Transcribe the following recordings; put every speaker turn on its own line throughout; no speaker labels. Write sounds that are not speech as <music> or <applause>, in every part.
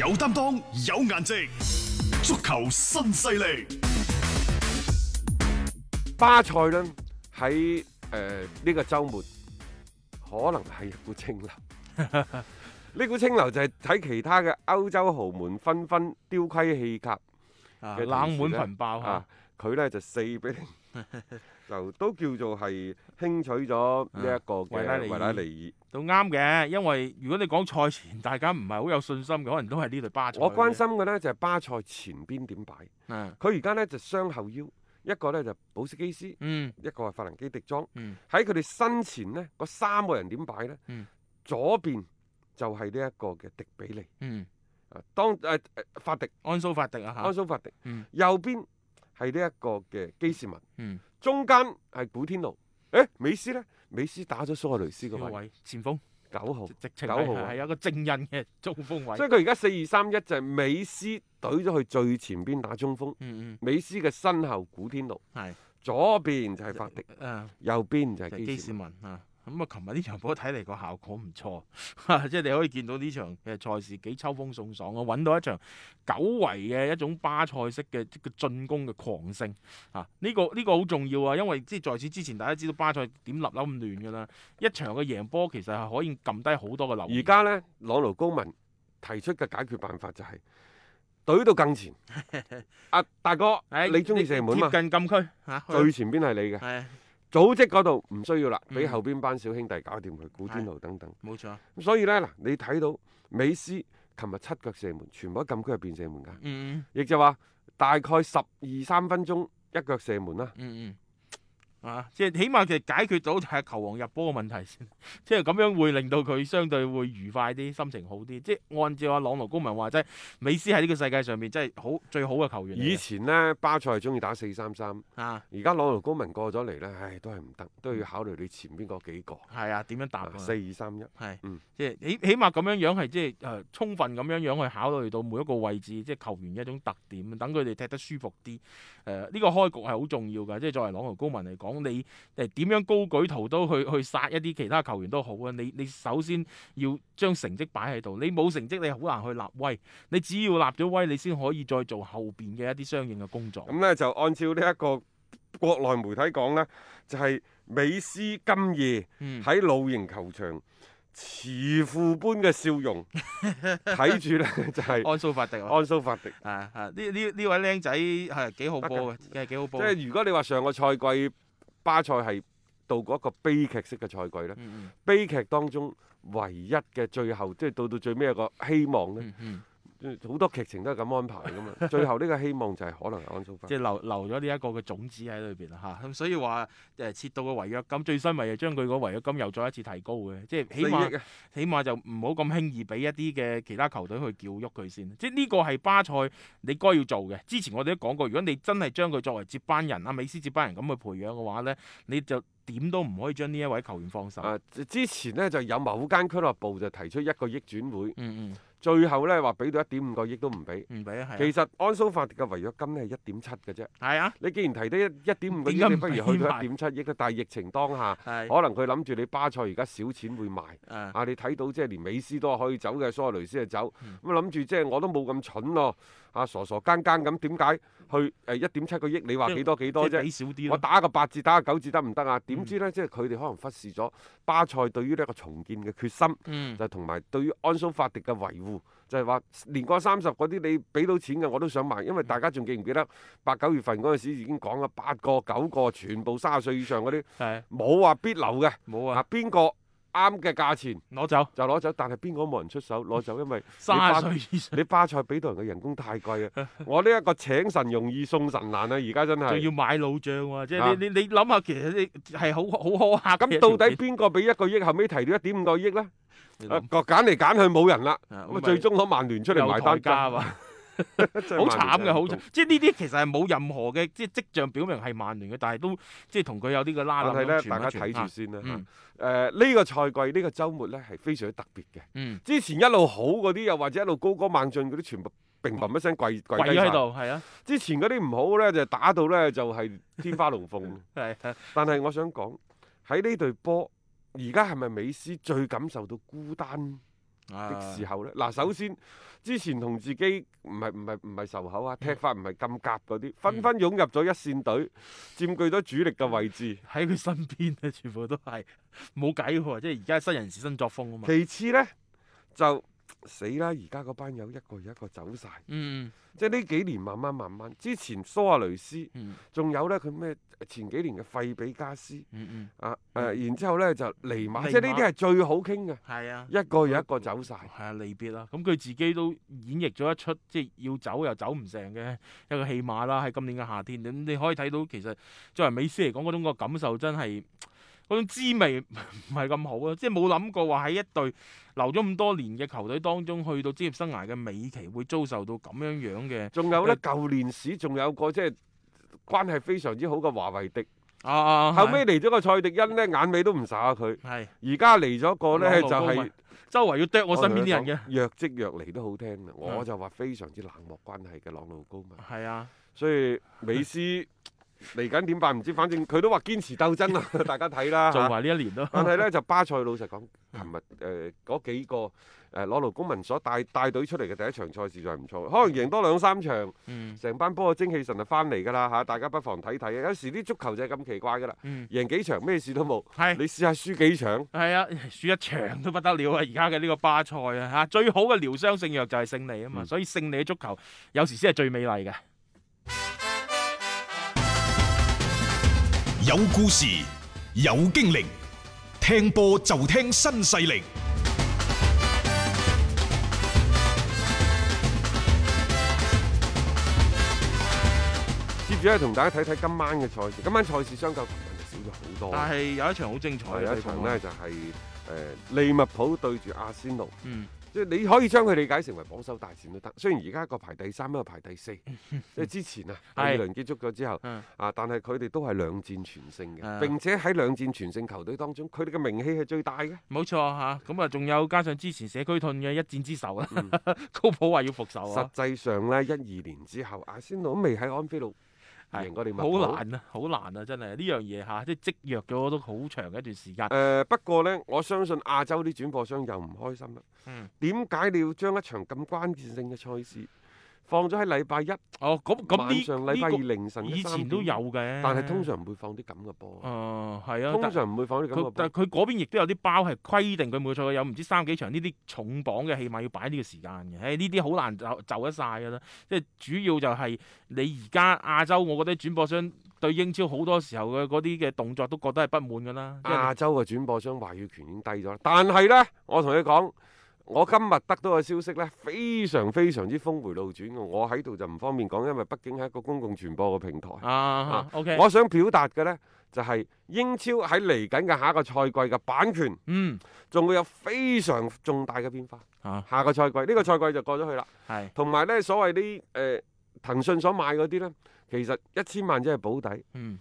有擔當，有顏值，足球新勢力。
巴塞呢，喺誒呢個週末可能係一股清
<laughs>
流。呢股清流就係睇其他嘅歐洲豪門紛紛丟盔棄甲
啊
嘅
冷門
同時呢
頻爆
啊
嚇，！
佢呢就四比
<laughs>
零，就都叫做係輕取咗呢一個
啊維拉
嘅
利
維
爾
拉利
都啱嘅，因為如果你講賽前大家唔係好有信心嘅，可能都係呢隊巴
爾。
塞。
我關心嘅呢就係巴塞前邊點擺，
啊，
佢而家呢就雙後腰，一個呢就保斯基斯，
嗯
一個係法蘭基迪莊。
嗯
喺佢哋身前呢，嗰三個人點擺呢？
嗯
左邊就係呢一個嘅迪比利
嗯，
啊，當誒、呃呃法迪
安蘇法迪啊
安
嚇，
蘇法迪，
嗯
右邊係呢一個嘅基士文，
嗯，
中間係古天奴。誒，美斯呢？美斯打咗蘇亞雷斯
呢
個
個
位
位前鋒，
九號，
直情
九
係
號啊
係有一個正印嘅中鋒
所
位。
以佢而家四二三一就係美斯懟咗去最前邊打中鋒，
嗯
美斯嘅身後古天奴，
嗯，
左邊就係法迪，
係啊。
右邊就
就
係
係基
基
士
士文。
文啊。咁啊，琴日呢場波睇嚟個效果唔錯， <laughs> 啊即係你可以見到呢場嘅賽事幾秋風送爽啊，揾到一場久違嘅一種巴塞式嘅嘅進攻嘅狂勝啊！呢、個呢、個好重要啊，因為即係在此之前大家知道巴塞點立笠咁亂㗎啦，一場嘅贏波其實係可以撳低好多嘅流
而家呢，朗奴高文提出嘅解決辦法就係、懟到更
<laughs>
前，啊大哥，
哎
你中意射門嘛
貼？近禁區嚇，
最前邊係你嘅，
係
組織嗰度唔需要啦，
嗯
俾後邊班小兄弟搞掂佢，古天奴等等。
冇錯，
咁所以呢，嗱，你睇到美斯琴日七腳射門，全部喺禁區入邊射門㗎，
嗯
亦就話大概十二三分鐘一腳射門啦。
嗯嗯，啊，即係起碼其實解決到就係球王入波嘅問題先， <laughs> 即係咁樣會令到佢相對會愉快啲，心情好啲。即係按照阿朗奴公民話齋，美斯喺呢個世界上面真係好最好嘅球員嚟嘅
以前呢，巴塞係中意打四三三，
啊，
而家朗奴高文過咗嚟呢，唉，都係唔得，都要考慮你前邊嗰幾個。
係啊，點樣答啊？
四二三一，
係
嗯，
即係起起碼咁樣樣係即係誒、呃充分咁樣樣去考慮到每一個位置，即係球員嘅一種特點，等佢哋踢得舒服啲。誒、呃呢個開局係好重要㗎，即係作為朗豪高民嚟講，你誒點樣高舉屠刀去去殺一啲其他球員都好啊。你你首先要將成績擺喺度，你冇成績你好難去立威，你只要立咗威，你先可以再做後邊嘅一啲相應嘅工作。
咁呢，就按照呢一個國內媒體講呢，就係、美斯今夜
嗯，
喺露營球場慈父般嘅笑
<laughs>
容，睇住呢，就係、
安蘇法迪啊
安蘇法迪。
啊啊！呢呢呢位僆仔係幾好波嘅，係幾好
即
波嘅。
係如果你話上個賽季巴塞係度過一個悲劇式嘅賽季呢，
嗯嗯
悲劇當中唯一嘅最後，即係到到最尾有個希望呢，
嗯嗯。
好多劇情都係咁安排噶嘛。最後呢個希望就係可能係安蘇法
即
迪。
係留留咗呢一個嘅種子喺裏邊啦嚇，咁、所以話誒設到個違約金，最新咪就將佢個違約金又再一次提高嘅，即係起
四億
碼
啊
起碼就唔好咁輕易俾一啲嘅其他球隊去叫喐佢先，即係呢個係巴塞你該要做嘅。之前我哋都講過，如果你真係將佢作為接班人阿美斯接班人咁去培養嘅話呢，你就點都唔可以將呢一位球員放手。
啊！之前呢，就有某間俱樂部就提出一個億轉會，
嗯
最後呢話俾到一點五個億都唔俾。
嗯，唔俾啊，係
其
啊
實安蘇法迪嘅違約金呢係一點七嘅啫。
係啊，
你既然提得一一點五個
點
億，
解
你
唔
不如
俾
去到
埋
一點七億啦。但係疫情當下，
係啊
可能佢諗住你巴塞而家少錢會賣。
誒
啊！你睇到即係連美斯都可以走嘅，蘇亞雷斯就走，
嗯
咁啊諗住即係我都冇咁蠢咯，啊傻傻更更咁，點解去誒一點七個億？你話
即係
幾多幾
即
多
係
啫？
俾少啲
我
咯。
打個八字，打個九字得唔得啊？
嗯
點知呢？即係佢哋可能忽視咗巴塞對於呢一個重建嘅決心。
嗯
就同埋對於安蘇法迪嘅維護，就係話年過三十嗰啲你俾到錢嘅我都想買，
嗯
因為大家仲記唔記得八九月份嗰陣時已經講咗八個九個全部三十歲以上嗰啲
係
冇話必留嘅，
冇
啊
啊，
邊個啱嘅價錢
攞走
就攞走，但係邊個冇人出
嗯
手攞走，因為
三
你巴
十歲以上。
你巴塞俾到人嘅人工太貴
<laughs>
啊！我呢一個請神容易送神難啊，而家真
仲
係
要。買老將喎、即
啊
係你你你諗下，其實你係好好苛刻嘅
咁
一
到
條
底
件
邊個俾一個億，後尾提到一點五個億呢？
你
啊
諗
個揀嚟揀去冇人啦，咁
啊
啊
咁
最
咪
終攞曼聯出嚟
有
埋
代
單
價嘛，
<laughs> 真係曼聯真係
好慘嘅，好
唔
慘。即係呢啲其實係冇任何嘅即係跡象表明係曼聯嘅，但係都即係同佢有呢個拉
但
楞
係
咁
咧，
傳
大
一
家
傳
睇住
啊
先啦嚇。誒呢
嗯、
個賽季呢、個週末呢係非常之特別嘅。
嗯，
之前一路好嗰啲，又或者一路高歌猛進嗰啲，全部乒乓一聲跪跪
跪
低
咗喺
晒
度，係啊，
之前嗰啲唔好呢，就打到呢就係、天花龍鳳。
係係
但係我想講喺呢隊波，而家係咪美斯最感受到孤單？
啊
的時候呢？嗱，首先之前同自己唔係唔係唔係仇口啊，
嗯
踢法唔係咁夾嗰啲，紛紛湧入咗一線隊，佔據咗主力嘅位置。
喺佢身邊咧，全部都係冇計喎，即係而家新人事新作風啊嘛。
其次呢，就死啦！而家嗰班友一個一個走晒，
嗯
即係呢幾年慢慢慢慢，之前蘇亞雷斯，
嗯
仲有呢，佢咩前幾年嘅費比加斯
嗯嗯，
啊誒、然之後呢，就尼馬，
尼馬
即係呢啲係最好傾嘅，
係啊。
一個又一個走晒。
係啊，離別啦。咁佢自己都演繹咗一出，即係要走又走唔成嘅一個戲碼啦。喺今年嘅夏天，咁你可以睇到其實作為美斯嚟講，嗰種個感受真係嗰種滋味 <laughs> 唔係咁好咯。即係冇諗過話喺一隊留咗咁多年嘅球隊當中，去到職業生涯嘅尾期，會遭受到咁樣樣嘅
仲有呢，舊年史仲有個即係關係非常之好嘅華為迪。
啊啊啊
後尾嚟咗個蔡迪恩呢，眼尾都唔睄下佢。
係
而家嚟咗個呢，
朗奴
就
高
係、
文周圍要啄我身邊啲人嘅。嗯
若即若離都好聽嘅，我就話非常之冷漠關係嘅朗路高文。
係啊，
所以美斯嚟緊點辦唔知，反正佢都話堅持鬥爭
<laughs>
啊，大家睇啦
做
嚇。
埋呢一年咯。
但係呢，就巴塞老實講，琴日誒呃嗰幾個呃誒攞勞公民所帶帶隊出嚟嘅第一場賽事就係唔錯，可能贏多兩三場，
嗯
成班波嘅精氣神就翻嚟㗎啦嚇，大家不妨睇睇啊！有時啲足球就係咁奇怪㗎啦，
嗯，
贏幾場咩事都冇，
係
你試下輸幾場。
係啊， <laughs> 輸一場都不得了啊！而家嘅呢個巴塞啊，嚇最好嘅療傷性藥就係勝利啊
嗯
嘛，
哦
所以勝利嘅足球有時先係最美麗嘅。
有故事，有經歷，聽波就聽新勢力。
接住咧，同大家睇睇今晚嘅賽事。今晚賽事相較琴晚就少咗好多。
但係有一場好啊精彩
係啊
嘅
有一場呢，，就係、誒、利物浦對住阿仙奴，
嗯，
即係你可以將佢理解成為榜首大戰都得。雖然而家一個排第三，一個排第
<laughs>
四，即係之前啊，第
係
二輪結束咗之後
嗯
啊，但係佢哋都係兩戰全勝
啊
嘅，並且喺兩戰全勝球隊當中，佢哋嘅名氣係最大
<laughs>
嘅。
冇錯嚇。咁啊，仲有加上之前社區盾嘅一戰之仇啊， <laughs>
嗯
高普話要復仇啊
實，際上呢，一二年之後，阿仙奴都未喺安菲路
係
贏過利物浦。
好難啊，好難啊，真係呢樣嘢嚇，即係積弱咗都好長嘅一段時間
誒、。不過呢，我相信亞洲啲轉播商又唔開心啦。
嗯
點解你要將一場咁關鍵性嘅賽事放咗喺禮拜一
哦，咁
晚上、
咁
禮拜
呢
二
呢
凌晨
個
嘅
以
三
前
點
都有，嘅，
但係通常唔會放啲咁嘅波，
誒係啊，但
通常唔會放啲咁嘅
佢但
波。
係佢嗰邊亦都有啲包係規定佢每個賽季有唔知三幾場呢啲重磅嘅，起碼要擺呢個時間嘅。誒呢啲好難就就得晒㗎啦。即係主要就係你而家亞洲，我覺得轉播商對英超好多時候嘅嗰啲嘅動作都覺得係不滿㗎啦。因為
亞洲嘅啊轉播商話語權已經低咗啦，但係呢，我同你講，我今日得到嘅消息呢，非常非常之峰回路轉嘅。我喺度就唔方便講，因為畢竟係一個公共傳播嘅平台。
啊，OK，
我想表達嘅呢，就係、英超喺嚟緊嘅下一個賽季嘅版權。
嗯
仲會有非常重大嘅變化。
啊
下個賽季呢、個賽季就過咗去啦，
係
同埋呢所謂啲誒、呃、騰訊所買嗰啲呢，其實一千萬只係保底。
嗯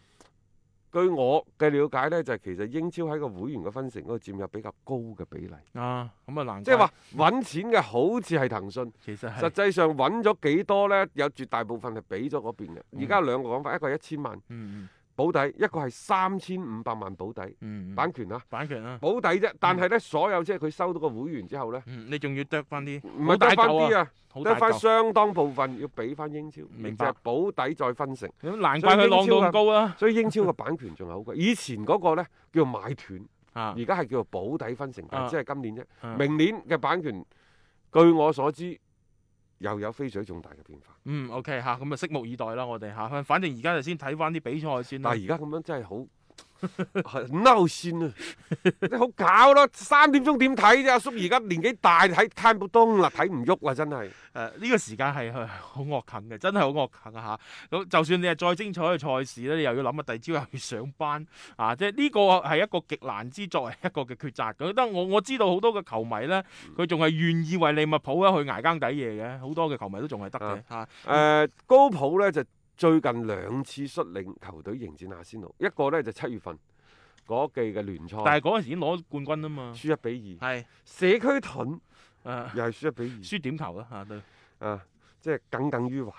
據我嘅了解呢，就係、其實英超喺個會員嘅分成嗰度佔有比較高嘅比例，
啊咁啊難怪，
即係話揾錢嘅好似係騰訊，
其實
實
係
際上揾咗幾多呢？有絕大部分係俾咗嗰邊嘅。而家有兩個講法，一個係一千萬
嗯
保底，一個係三千五百萬保底
嗯嗯
版權啊，
版權啊，
保底啫。但係呢，所有即係佢收到個會員之後呢，
嗯你仲要啄翻啲，
唔
好
係
大
得翻
嚿
啲啊。
好
得
大
翻
嚿。
相當部分要俾翻英超，
明
亦
白
就係保底再分成，
咁難怪佢浪到咁高啊啦。
所以英超嘅版權仲係好貴。以前嗰個呢叫買斷，
啊
而家係叫做保底分成，但
啊
係只係今年
啊
啫。明年嘅版權，據我所知又有非常重大嘅變化。
嗯，OK 吓，咁啊，拭目以待啦，我哋吓，反正而家就先睇翻啲比賽先啦
但。係而家咁樣真係好係嬲線
<laughs>
啊！你好搞咯，三點鐘點睇啫？阿叔而家年紀大，睇攤布東啦，睇唔喐啦，真係。
誒呢、個時間係係好惡啃嘅，真係好惡啃啊嚇！咁就算你係再精彩嘅賽事咧，你又要諗啊，第二朝又要上班啊！即係呢個係一個極難之作為一個嘅抉擇。咁得我我知道好多嘅球迷咧，佢仲係願意為利物浦咧去捱更抵夜嘅，好多嘅球迷都仲係得嘅嚇。
誒、
嗯
高普呢，就最近兩次率領球隊迎戰阿仙奴，一個呢，就七月份嗰季嘅聯賽，
但係嗰陣時已經攞冠軍啊嘛，
輸一比二，
係
社區盾
誒
又係輸一比
輸點球啦嚇對，
啊二，啊，即係耿耿於懷。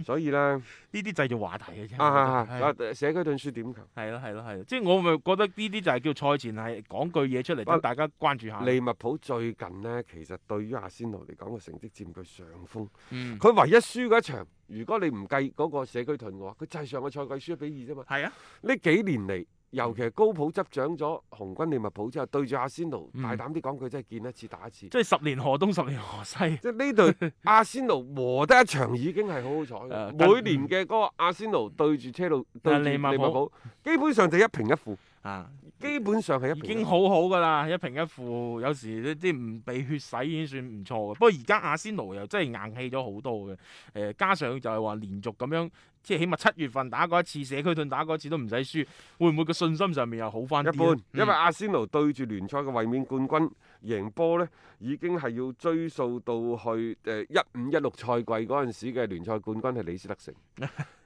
<laughs> 所以
<laughs>
呢，
呢啲製造話題嘅啫。
啊
我嗯覺得係
啊，社區盾輸點球，
係咯係咯係咯，即係我咪覺得呢啲就係叫賽前係講句嘢出嚟，等
不
大家關注下。
利物浦最近呢，其實對於阿仙奴嚟講個成績佔據上風。
嗯，
佢唯一輸嗰一場，如果你唔計嗰個社區盾嘅話，佢就係上個賽季輸一比二啫嘛。
係啊，
呢幾年嚟，尤其係高普執掌咗紅軍利物浦之後，對住阿仙奴，
嗯
大膽啲講，佢真係見一次打一
<laughs>
次。
即係十年河東，十年河西。
即係呢隊阿仙奴和得一場已經係好好彩嘅。
誒
每年嘅嗰個阿仙奴對住車路對住利
利物
物
浦
浦，基本上就一平一負，
啊，
基本上 <laughs> 係一
已
平一
經
負。
好好㗎啦，一平一負，有時呢啲唔被血洗已經算唔錯嘅。不過而家阿仙奴又真係硬氣咗好多嘅，誒、加上就係話連續咁樣，即係起碼七月份打過一次，社區盾打過一次都唔使輸，會唔會個信心上面又好翻
一
啲呢
般，因為
嗯
阿仙奴對住聯賽嘅衛冕冠軍贏波呢，已經係要追溯到去誒一五一六賽季嗰陣時嘅聯賽冠軍係李斯特 <laughs> 城，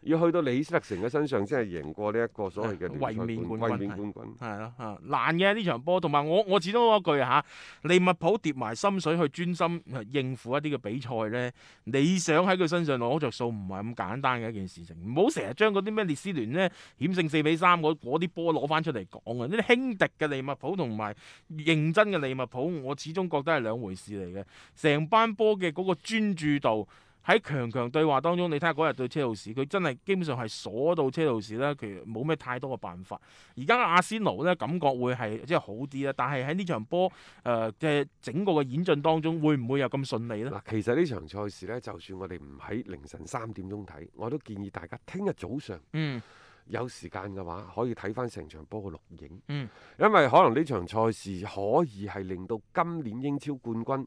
要去到李斯特城嘅身上先係贏過呢一個所謂嘅聯
衛冕
賽
冠軍
冠衛冕冠軍。
係咯，啊難嘅呢場波，同埋我我始終嗰句嚇，利物浦跌埋心水去專心呃應付一啲嘅比賽咧，你想喺佢身上攞着數唔係咁簡單嘅一件事情，唔好成日將嗰啲咩列斯聯咧險勝四比三嗰嗰啲波攞翻出嚟講啊！呢啲輕敵嘅利物浦同埋認真嘅利物浦，我始終覺得係兩回事嚟嘅。成班波嘅嗰個專注度。喺強強對話當中，你睇下嗰日對車路士，佢真係基本上係鎖到車路士啦，其實冇咩太多嘅辦法。而家嘅阿仙奴咧，感覺會係即係好啲啦，但係喺呢場波誒嘅整個嘅演進當中，會唔會又咁順利咧？
嗱，其實呢場賽事呢，就算我哋唔喺凌晨三點鐘睇，我都建議大家聽日早上
嗯，
有時間嘅話，可以睇翻成場波嘅錄影。
嗯
因為可能呢場賽事可以係令到今年英超冠軍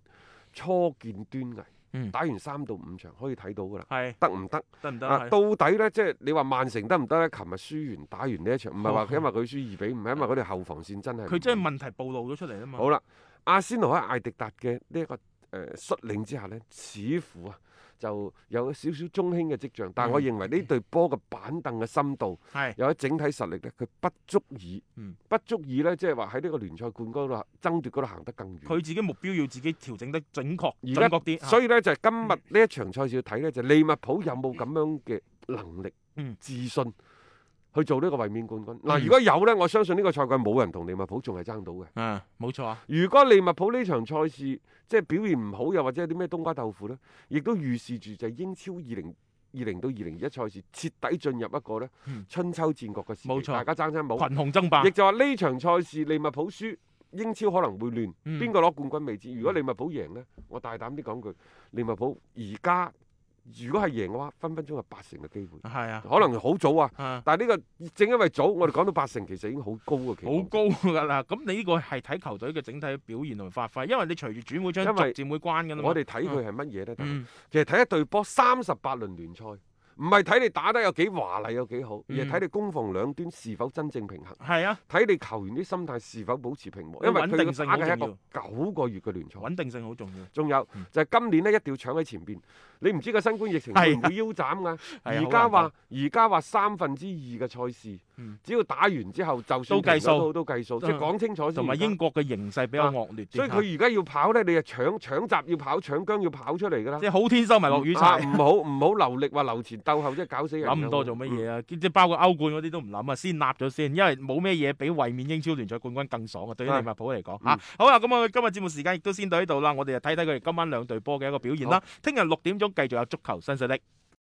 初見端倪。
嗯
打完三到五場可以睇到㗎啦，
係
得唔得？
得唔得？
啊，
係
到底呢？即係你話曼城得唔得呢？琴日輸完打完呢一場，唔係話
哦
因為佢輸二比五，係因為佢哋後防線真係唔
佢真
好
係問題暴露咗出嚟啊嘛。
好啦，阿仙奴喺艾迪達嘅呢一個誒、呃、率領之下呢，似乎啊就有少少中興嘅跡象，但
嗯
我認為呢隊波嘅板凳嘅深度，
係
有咗整體實力呢，佢不足以，
嗯
不足以呢，即係話喺呢個聯賽冠軍嗰度爭奪嗰度行得更
佢
遠。
自己目標要自己調整得準確、
而
準
家
確啲。嗯
所
以
以呢，就係、今日呢一場賽事要睇呢，就利物浦有冇咁樣嘅能力、
嗯
自信去做呢個衛冕冠軍。嗱、
嗯
如果有呢，我相信呢個賽季冇人同利物浦仲係爭到嘅。
啊，冇錯啊。
如果利物浦呢場賽事即係表現唔好，又或者有啲咩冬瓜豆腐呢，亦都預示住就係英超二零二零到二零二一賽事徹底進入一個呢
嗯
春秋戰國嘅時期，
冇錯
大家爭爭冇，
群雄爭霸
亦，就話呢場賽事利物浦輸，英超可能會亂，
嗯
邊個攞冠軍未知。如果利物浦贏呢，我大膽啲講句，利物浦而家如果係贏嘅話，分分鐘係八成嘅機會，
係啊，
可能好早啊。
啊
但係呢個正因為早，我哋講到八成，其實已經好高嘅期望
好高㗎啦。咁你呢個係睇球隊嘅整體表現同埋發揮，因為你隨住轉會窗
因
逐
為
漸會關㗎啦嘛。
我哋睇佢係乜嘢呢？大家
嗯
其實睇一隊波三十八輪聯賽，唔係睇你打得有幾華麗有幾好，
嗯
而係睇你攻防兩端是否真正平衡，
係啊，
睇你球員啲心態是否保持平和，
嗯
因為佢
穩定性
要打嘅係一個
好
九個月嘅聯賽。
穩定性好重要。
仲有
嗯
就係今年呢，一定要搶喺前邊，你唔知個新冠疫情
係啊
會唔會腰斬㗎？
係啊
而家
好
話而家話三分之二嘅賽事
嗯，
只要打完之後就
都
算
計
停咗
數
都計數，即係
嗯
講清楚先。
同埋英國嘅形勢比較
啊
惡劣啲，
所以佢而家要跑呢，你就搶搶閘要跑，搶姜要跑出嚟㗎啦
啊。即係好天收埋落雨
啊
<laughs> 柴，
唔好唔好流力話流前鬥後，即係搞死人㗎。
諗唔多做乜嘢啊？即係包括歐冠嗰啲都唔諗啊，先立咗先，因為冇咩嘢比衛冕英超聯賽冠軍更爽啊！對於利
係
物浦嚟講
嗯
嚇，好啦，咁我哋今日節目時間亦都先到呢度啦，我哋就睇睇佢哋今晚兩隊波嘅一個表現啦。聽日六點鐘繼續有足球新勢力。